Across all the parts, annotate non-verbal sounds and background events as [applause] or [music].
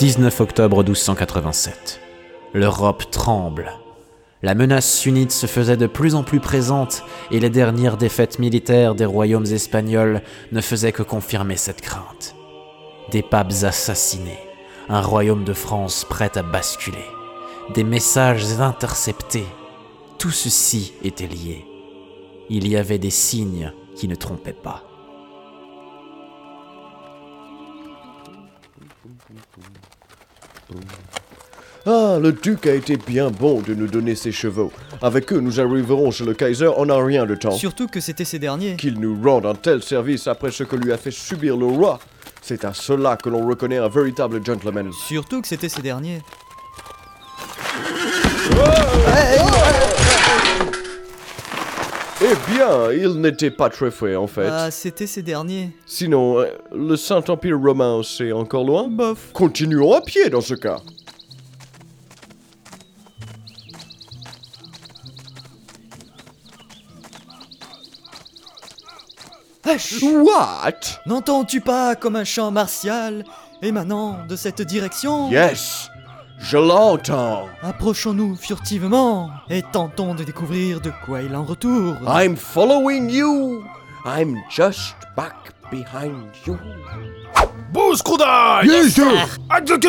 19 octobre 1287. L'Europe tremble. La menace sunnite se faisait de plus en plus présente et les dernières défaites militaires des royaumes espagnols ne faisaient que confirmer cette crainte. Des papes assassinés, un royaume de France prêt à basculer, des messages interceptés, tout ceci était lié. Il y avait des signes qui ne trompaient pas. Ah, le duc a été bien bon de nous donner ses chevaux. Avec eux, nous arriverons chez le Kaiser en un rien de temps. Surtout que c'était ces derniers. Qu'il nous rende un tel service après ce que lui a fait subir le roi. C'est à cela que l'on reconnaît un véritable gentleman. Surtout que c'était ces derniers. Eh bien, il n'était pas très frais en fait. Ah, c'était ces derniers. Sinon, euh, le Saint-Empire romain, c'est encore loin Bof. Continuons à pied dans ce cas. What N'entends-tu pas comme un chant martial émanant de cette direction Yes, je l'entends. Approchons-nous furtivement et tentons de découvrir de quoi il en retourne. I'm following you. I'm just back behind you. Bouge, Croudaille Exécution 1, 2, 1, 2,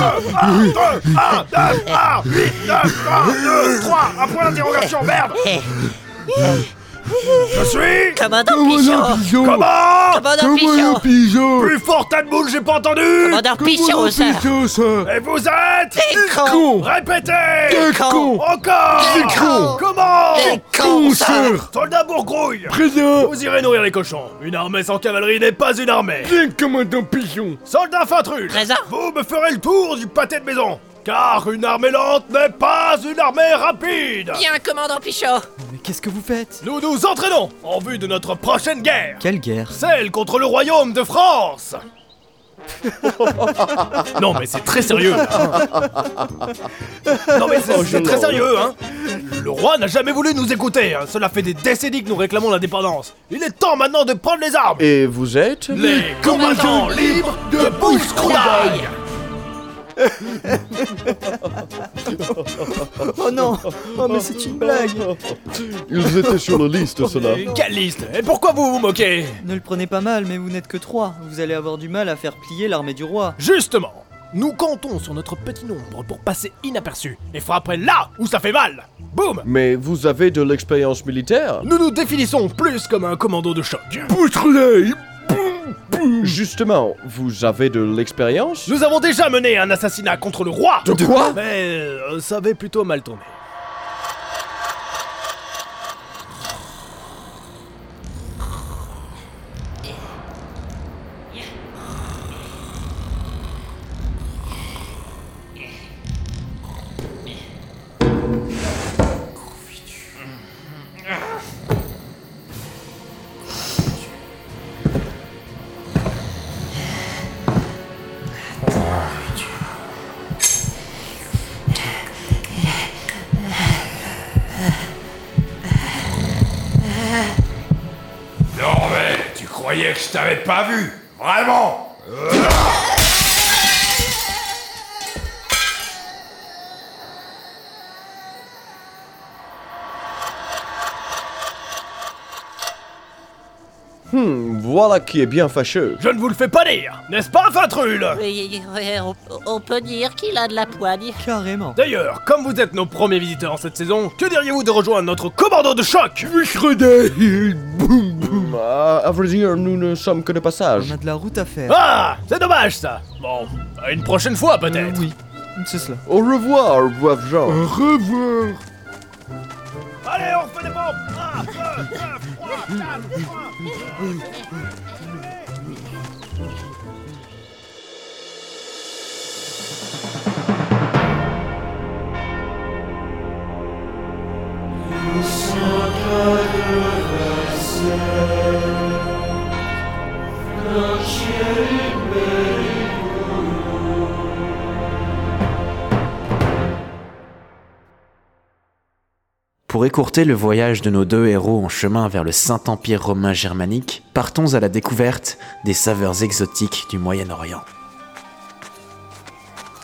1, 2, 1, 2, 1, 8, 9, 1, 2, 3, un point d'interrogation, merde Je suis Commandant Pichon Comment Commandant Pichon Plus fort, tas de boules, j'ai pas entendu Commandeur Pichon, sir Et vous êtes Des cons Répétez cons Encore Des cons Comment Eh, Des cons, sir Soldats bourgrouille Vous irez nourrir les cochons Une armée sans cavalerie n'est pas une armée Soldats infantrus Trésor. Vous me ferez le tour du pâté de maison Car une armée lente n'est pas une armée rapide eh, Bien, commandant Pichon Mais qu'est-ce que vous faites Nous nous entraînons en vue de notre prochaine guerre Quelle guerre Celle contre le royaume de [laughs] France Non mais c'est très sérieux là. Non mais c'est c'est très sérieux hein Le roi n'a jamais voulu nous écouter hein. Cela fait des décennies que nous réclamons l'indépendance Il est temps maintenant de prendre les armes Et vous êtes Les combattants libres de Bouscroudaille Oh non Oh mais c'est une blague Ils étaient sur la liste, cela. Et Quelle liste Et pourquoi vous vous moquez Ne le prenez pas mal, mais vous n'êtes que trois. Vous allez avoir du mal à faire plier l'armée du roi. Justement, nous comptons sur notre petit nombre pour passer inaperçu et frapper là où ça fait mal. Boum Mais vous avez de l'expérience militaire Nous nous définissons plus comme un commando de choc. Justement, vous avez de l'expérience Nous avons déjà mené un assassinat contre le roi De quoi Mais euh, ça avait plutôt mal tourné. Non mais, tu croyais que je t'avais pas vu Vraiment Hmm, Voilà qui est bien fâcheux. Je ne vous le fais pas dire, n'est-ce pas, Fatrul Oui, oui, on, on peut dire qu'il a de la poigne. Carrément. D'ailleurs, comme vous êtes nos premiers visiteurs en cette saison, que diriez-vous de rejoindre notre commando de choc Hmm, À à vrai dire, nous ne sommes que de On passage. a de la route à faire. Ah C'est dommage ça Bon, à une prochaine fois Euh, peut-être oui, c'est cela. Au revoir, brave gens. Allez, on fait des bombes Un, deux, un, trois, quatre, trois. Pour écourter le voyage de nos deux héros en chemin vers le Saint-Empire romain germanique, partons à la découverte des saveurs exotiques du Moyen-Orient.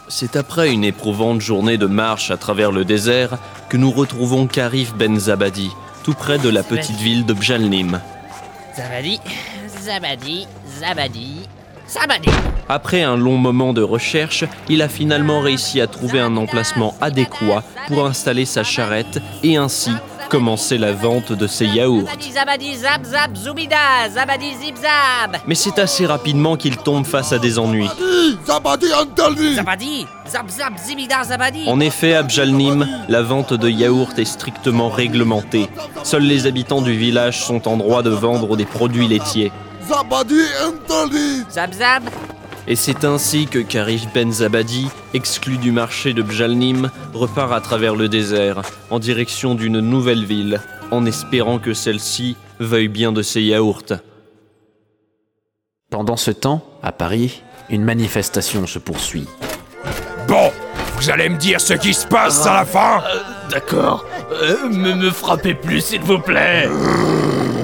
C'est après une éprouvante journée de marche à travers le désert que nous retrouvons Karif Ben Zabadi, tout près de la petite ville de Bjalnim. Zabadi, Zabadi, Zabadi, Zabadi. Après un long moment de recherche, il a finalement réussi à trouver un emplacement adéquat pour installer sa charrette et ainsi commencer la vente de ses yaourts. Zabadi, Zabadi, Zab, Zab, Zoubida, Zabadi, Zib, Zab. Mais c'est assez rapidement qu'il tombe face à des ennuis. Zabadi, Zab, Zab, Zibida, Zabadi. En effet, à Bjalnim, la vente de yaourts est strictement réglementée. Seuls les habitants du village sont en droit de vendre des produits laitiers. Zab, Zab. Et c'est ainsi que Karif Ben Zabadi, exclu du marché de Bjalnim, repart à travers le désert, en direction d'une nouvelle ville, en espérant que celle-ci veuille bien de ses yaourts. Pendant ce temps, à Paris, une manifestation se poursuit. Bon, vous allez me dire ce qui se passe à la fin D'accord. Euh, me, me frappez plus, s'il vous plaît.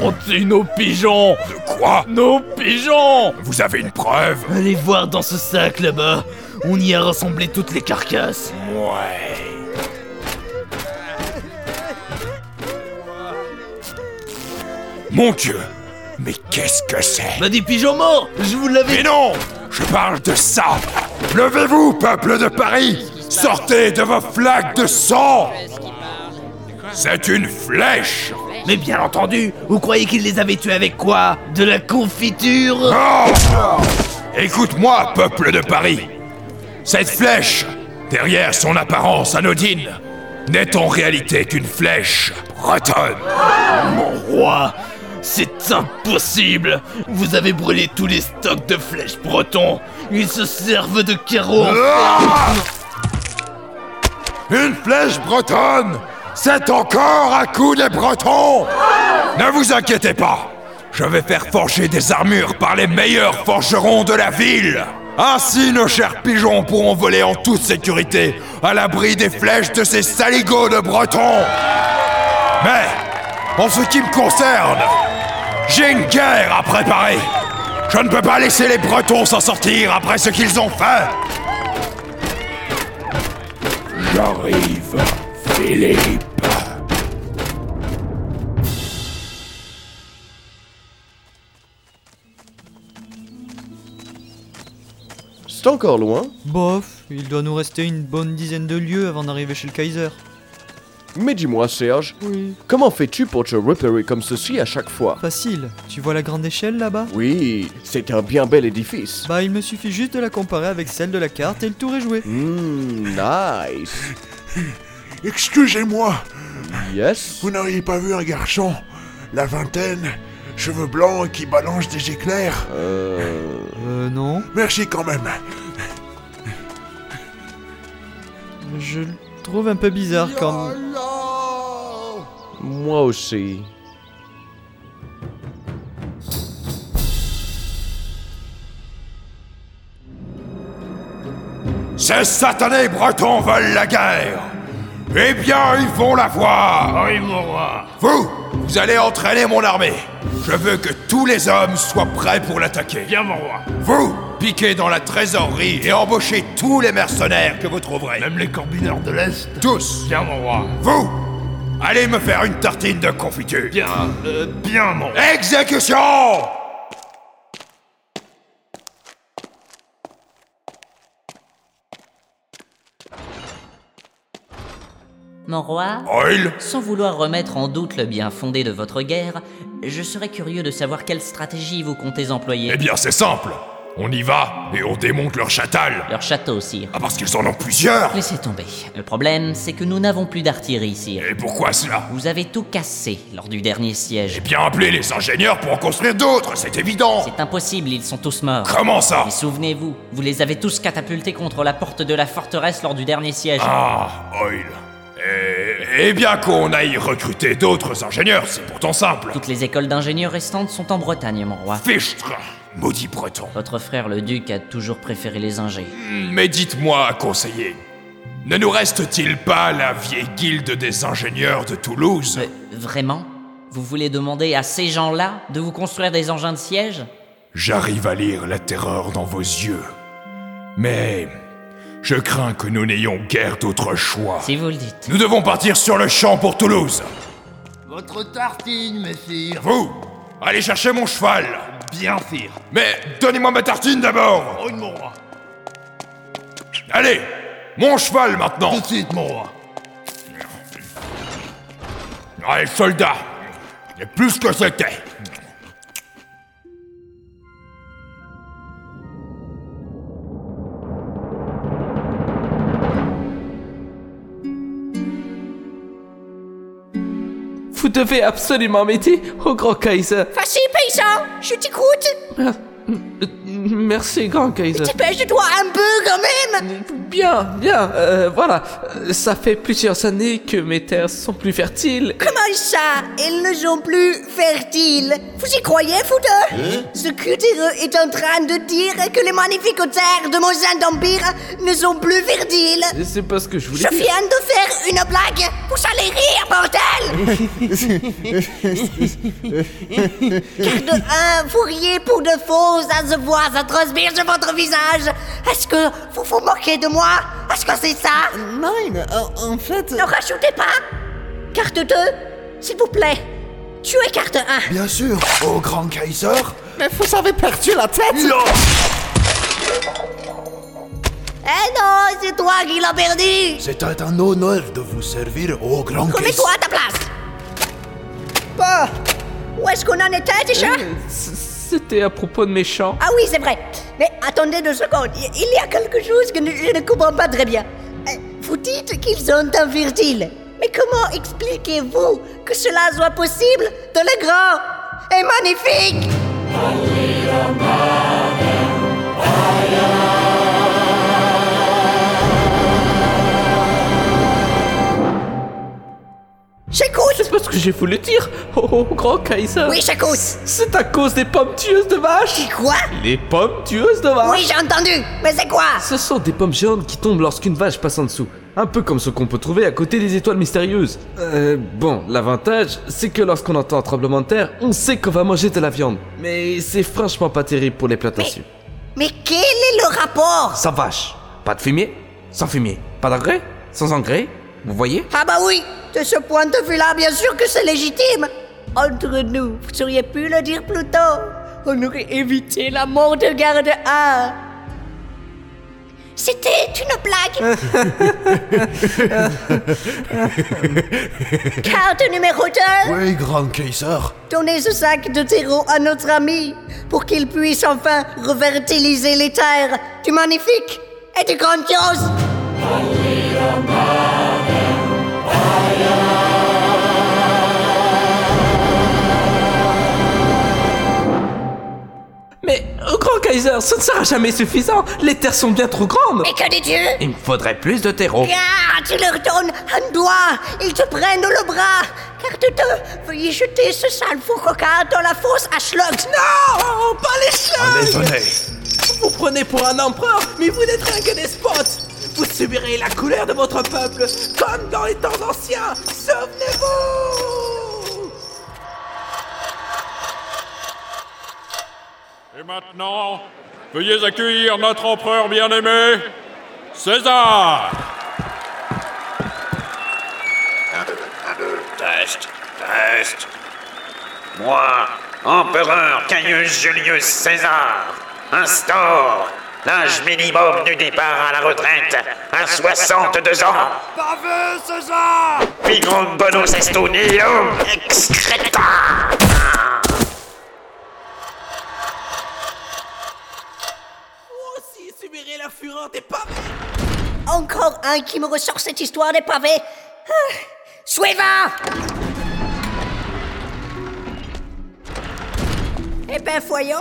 On tue nos pigeons Euh. Quoi Nos pigeons Vous avez une preuve Allez voir dans ce sac là-bas. On y a rassemblé toutes les carcasses. Ouais. Mon Dieu Mais qu'est-ce que c'est Bah des pigeons morts Je vous l'avais... Mais non Je parle de ça Levez-vous, peuple de Paris Sortez de vos flaques de sang C'est une flèche Mais bien entendu, vous croyez qu'ils les avaient tués avec quoi De la confiture Oh Écoute-moi, peuple de Paris. Cette flèche, derrière son apparence anodine, n'est en réalité qu'une flèche bretonne. Roi C'est impossible Vous avez brûlé tous les stocks de flèches bretons Ils se servent de carreaux en Ah Une flèche bretonne C'est encore un coup des Bretons Ne vous inquiétez pas Je vais faire forger des armures par les meilleurs forgerons de la ville Ainsi nos chers pigeons pourront voler en toute sécurité, à l'abri des flèches de ces saligots de Bretons Mais, en ce qui me concerne, j'ai une guerre à préparer Je ne peux pas laisser les Bretons s'en sortir après ce qu'ils ont fait J'arrive, Philippe. C'est encore loin, Bof, il doit nous rester une bonne dizaine de lieues avant d'arriver chez le Kaiser. mais dis-moi, Serge, Oui. comment fais-tu pour te repérer comme ceci à chaque fois Facile, tu vois la grande échelle là-bas Oui, c'est un bien bel édifice. Bah il me suffit juste de la comparer avec celle de la carte et le tour est joué. Mmm, nice. Excusez-moi, Yes. vous n'auriez pas vu un garçon, la vingtaine, cheveux blancs qui balance des éclairs Euh... Euh non, Merci quand même. je le trouve un peu bizarre quand... Moi aussi. Ces satanés bretons veulent la guerre. Eh bien, ils vont la voir. Oui, mon roi Vous, vous allez entraîner mon armée. Je veux que tous les hommes soient prêts pour l'attaquer. Bien, mon roi Vous, piquez dans la trésorerie et embauchez tous les mercenaires que vous trouverez. Même les corbinards de l'Est Tous. Bien, mon roi Vous, allez me faire une tartine de confiture. Bien, euh, bien, mon roi Exécution Mon roi, Oil sans vouloir remettre en doute le bien fondé de votre guerre, je serais curieux de savoir quelle stratégie vous comptez employer. Eh bien, c'est simple. On y va et on démonte leur chatal. Leur château, sire. Ah, parce qu'ils en ont plusieurs Laissez tomber. Le problème, c'est que nous n'avons plus d'artillerie, sire. Et pourquoi cela Vous avez tout cassé lors du dernier siège. J'ai bien appelé les ingénieurs pour en construire d'autres, c'est évident C'est impossible, ils sont tous morts. Comment ça Et souvenez-vous, vous les avez tous catapultés contre la porte de la forteresse lors du dernier siège. Ah, Oil. Eh eh bien qu'on aille recruter d'autres ingénieurs, c'est pourtant simple. Toutes les écoles d'ingénieurs restantes sont en Bretagne, mon roi. Fichtre Maudit breton. Hmm, Votre frère le duc a toujours préféré les ingés. Mais dites-moi, conseiller, ne nous reste-t-il pas la vieille guilde des ingénieurs de Toulouse Mais Euh, vraiment Vous voulez demander à ces gens-là de vous construire des engins de siège J'arrive à lire la terreur dans vos yeux. Mais Je crains que nous n'ayons guère d'autre choix. Si vous le dites. Nous devons partir sur le champ pour Toulouse. Votre tartine, messire. Vous, allez chercher mon cheval. Bien, sire. Mais donnez-moi ma tartine d'abord. Oh, mon roi. Allez, mon cheval maintenant. Tout de suite, mon roi. Allez, soldat. C'est plus que c'était. Vous devez absolument m'aider au grand Kaiser. Vas-y, paysan, je t'écoute. Mer- Merci, grand Kaiser. Dépêche-toi un peu quand même. Bien, bien, euh, voilà. Euh, Ça fait plusieurs années que mes terres sont plus fertiles. Comment ça Elles ne sont plus fertiles. Vous y croyez, fouteux Ce cultureux est en train de dire que les magnifiques terres de mon saint empire ne sont plus fertiles. C'est pas ce que je voulais Je dire. viens de faire une blague. Vous allez rire, bordel Car de un, vous riez pour de faux, ça se voit, ça transpire sur votre visage. Est-ce que vous vous moquez de moi Est-ce que c'est ça Non, en fait... Ne rajoutez pas Carte 2, s'il vous plaît. Tuez carte 1. Bien sûr, au grand Kaiser. Mais vous avez perdu la tête Eh non, c'est toi qui l'as perdu C'était un honneur de vous servir au grand Kaiser. Remets-toi à ta place Bon, où est-ce qu'on en était déjà Euh, c- C'était à propos de mes champs. Ah oui, c'est vrai. Mais attendez deux secondes. Il il y a quelque chose que ne- je ne comprends pas très bien. Euh, Vous dites qu'ils sont infertiles. Mais comment expliquez-vous que cela soit possible dans le grand et magnifique J'écoute C'est pas ce que j'ai voulu dire au au grand Kaiser. Oui, j'écoute C'est à cause des pommes tueuses de vaches. Quoi Les pommes tueuses de vaches. Oui, j'ai entendu Mais c'est quoi Ce sont des pommes géantes qui tombent lorsqu'une vache passe en dessous. Un peu comme ce qu'on peut trouver à côté des étoiles mystérieuses. Euh, bon, l'avantage, c'est que lorsqu'on entend un tremblement de terre, on sait qu'on va manger de la viande. Mais c'est franchement pas terrible pour les plantations. Mais quel est le rapport Sans vache, pas de fumier, sans fumier, pas d'engrais, sans engrais, vous voyez Ah bah oui, de ce point de vue-là, bien sûr que c'est légitime. Entre nous, vous auriez pu le dire plus tôt. On aurait évité la mort de garde 1. C'était une blague. Carte numéro 2. Oui, grand Kaiser. Donnez ce sac de terreau à notre ami pour qu'il puisse enfin revertiliser les terres du magnifique et du grandiose. Mais, au grand Kaiser, ça ne sera jamais suffisant. Les terres sont bien trop grandes. Et que des dieux Il me faudrait plus de terreau. Car tu leur donnes un doigt, ils te prennent le bras. Car tu te veuillez jeter ce sale faux coquin dans la fosse à Schlugs. Non, pas les choses Venez. Vous prenez pour un empereur, mais vous n'êtes rien que des spots Vous subirez la couleur de votre peuple, comme dans les temps anciens Souvenez-vous Et maintenant, veuillez accueillir notre empereur bien-aimé, César Test, test. Moi, empereur Caius Julius César, instaure l'âge minimum du départ à la retraite à 62 ans. Pavé, César Pigrum bonus estonium excreta. Vous aussi subirez la fureur des pavés Encore un qui me ressort cette histoire des pavés. Ah, Suivant Eh ben voyons,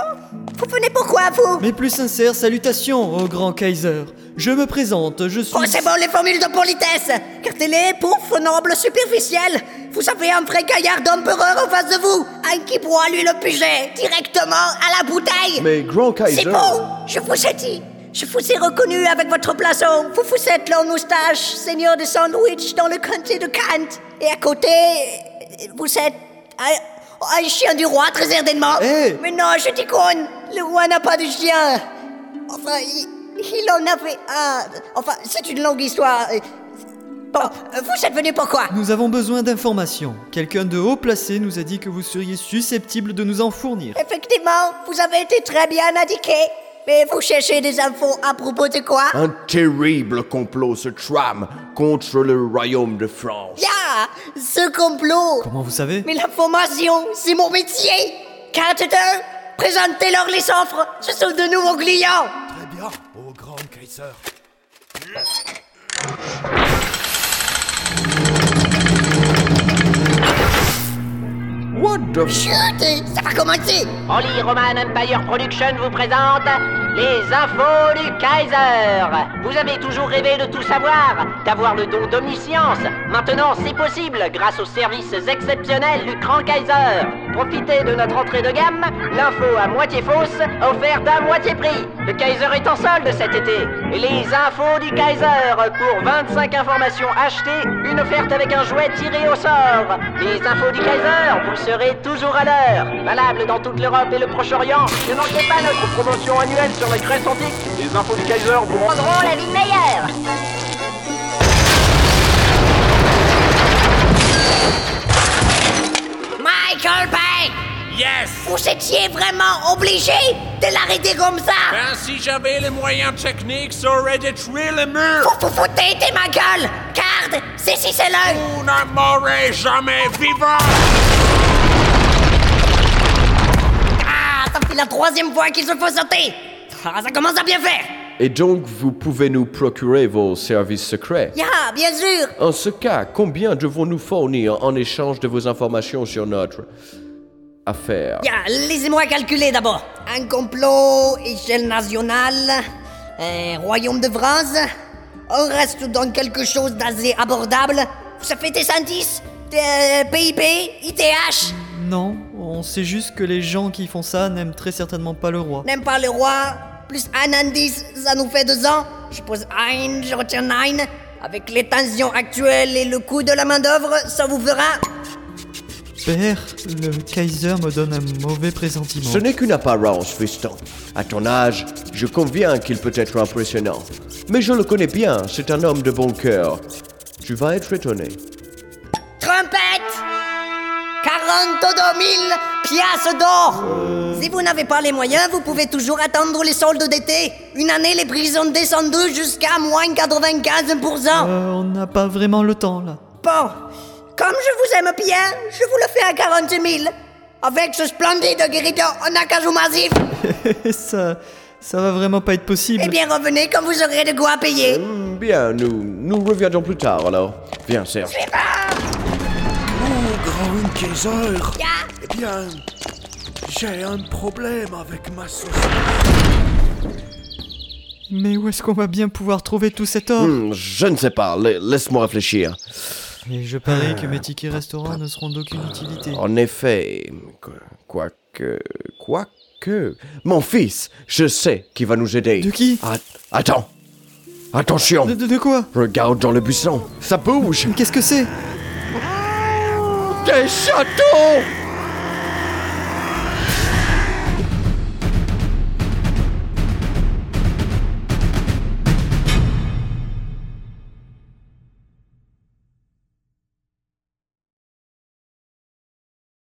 vous venez pourquoi vous Mes plus sincères salutations au grand Kaiser. Je me présente, je suis. Oh, c'est bon les formules de politesse Car t'es les pauvres nobles superficiels Vous avez un vrai gaillard d'empereur en face de vous Un qui broie lui le budget directement à la bouteille Mais grand Kaiser. C'est bon, je vous ai dit Je vous ai reconnu avec votre blason Vous vous êtes longue moustache, seigneur de sandwich dans le comté de Kant Et à côté, vous êtes un, un chien du roi très certainement Eh Mais non, je déconne Le roi n'a pas de chien Enfin, il, Il en avait un. Enfin, c'est une longue histoire. Bon, vous êtes venu pourquoi Nous avons besoin d'informations. Quelqu'un de haut placé nous a dit que vous seriez susceptible de nous en fournir. Effectivement, vous avez été très bien indiqué. Mais vous cherchez des infos à propos de quoi Un terrible complot se trame contre le royaume de France. Ya Ce complot Comment vous savez Mais l'information, c'est mon métier Carte 2, présentez-leur les offres Ce sont de nouveaux clients Très bien, ô grande Kaiser. What the Chut Ça va commencer Holy Roman Empire Production vous présente les infos du Kaiser. Vous avez toujours rêvé de tout savoir, d'avoir le don d'omniscience. Maintenant, c'est possible grâce aux services exceptionnels du Grand Kaiser. Profitez de notre entrée de gamme, l'info à moitié fausse, offerte à moitié prix. Le Kaiser est en solde cet été. Et les infos du Kaiser pour 25 informations achetées, une offerte avec un jouet tiré au sort. Les infos du Kaiser, vous serez toujours à l'heure. Valable dans toute l'Europe et le Proche-Orient. Ne manquez pas notre promotion annuelle sur les crèches antiques. Les infos du Kaiser vous rendront la vie meilleure. Michael Bay Yes Vous étiez vraiment obligé de l'arrêter comme ça Ben, si j'avais les moyens techniques, ça aurait détruit le mur Vous foutez de ma gueule Garde, ceci c'est l'œil Vous ne mourrez jamais vivant Ah, ça fait la troisième fois qu'il se faut sauter Ah, ça commence à bien faire Et donc, vous pouvez nous procurer vos services secrets Ya, bien sûr En ce cas, combien devons-nous fournir en échange de vos informations sur notre affaire Ya, laissez-moi calculer d'abord. Un complot, échelle nationale, euh, royaume de France. On reste dans quelque chose d'assez abordable. Ça fait des indices des euh, PIB, ITH. Non, on sait juste que les gens qui font ça n'aiment très certainement pas le roi. Même pas le roi. Plus un indice, ça nous fait deux ans. Je pose un, je retiens un. Avec les tensions actuelles et le coût de la main-d'œuvre, ça vous fera. Père, le Kaiser me donne un mauvais pressentiment. Ce n'est qu'une apparence, fiston. À ton âge, je conviens qu'il peut être impressionnant. Mais je le connais bien, c'est un homme de bon cœur. Tu vas être étonné. Trompette 42 000 piastres d'or Si vous n'avez pas les moyens, vous pouvez toujours attendre les soldes d'été. Une année, les prix sont descendus jusqu'à moins 95%. Euh, on n'a pas vraiment le temps là. Bon, comme je vous aime bien, je vous le fais à 40 000. Avec ce splendide guéridon en acajou massif. ça, ça va vraiment pas être possible. Eh bien, revenez quand vous aurez de quoi payer. Hum, Bien, nous, nous reviendrons plus tard alors. Viens, Serge. Oh, grand Winkelser Eh bien, j'ai un problème avec ma société. Mais où est-ce qu'on va bien pouvoir trouver tout cet or Hmm, je ne sais pas, la- laisse-moi réfléchir. Et je parie que Ah. mes tickets restaurants ne seront d'aucune utilité. En effet, quoi- quoique, quoique, mon fils, je sais qui va nous aider. De qui Attends, attention. De, de quoi Regarde dans le buisson, ça bouge. Qu'est-ce que c'est Des chatons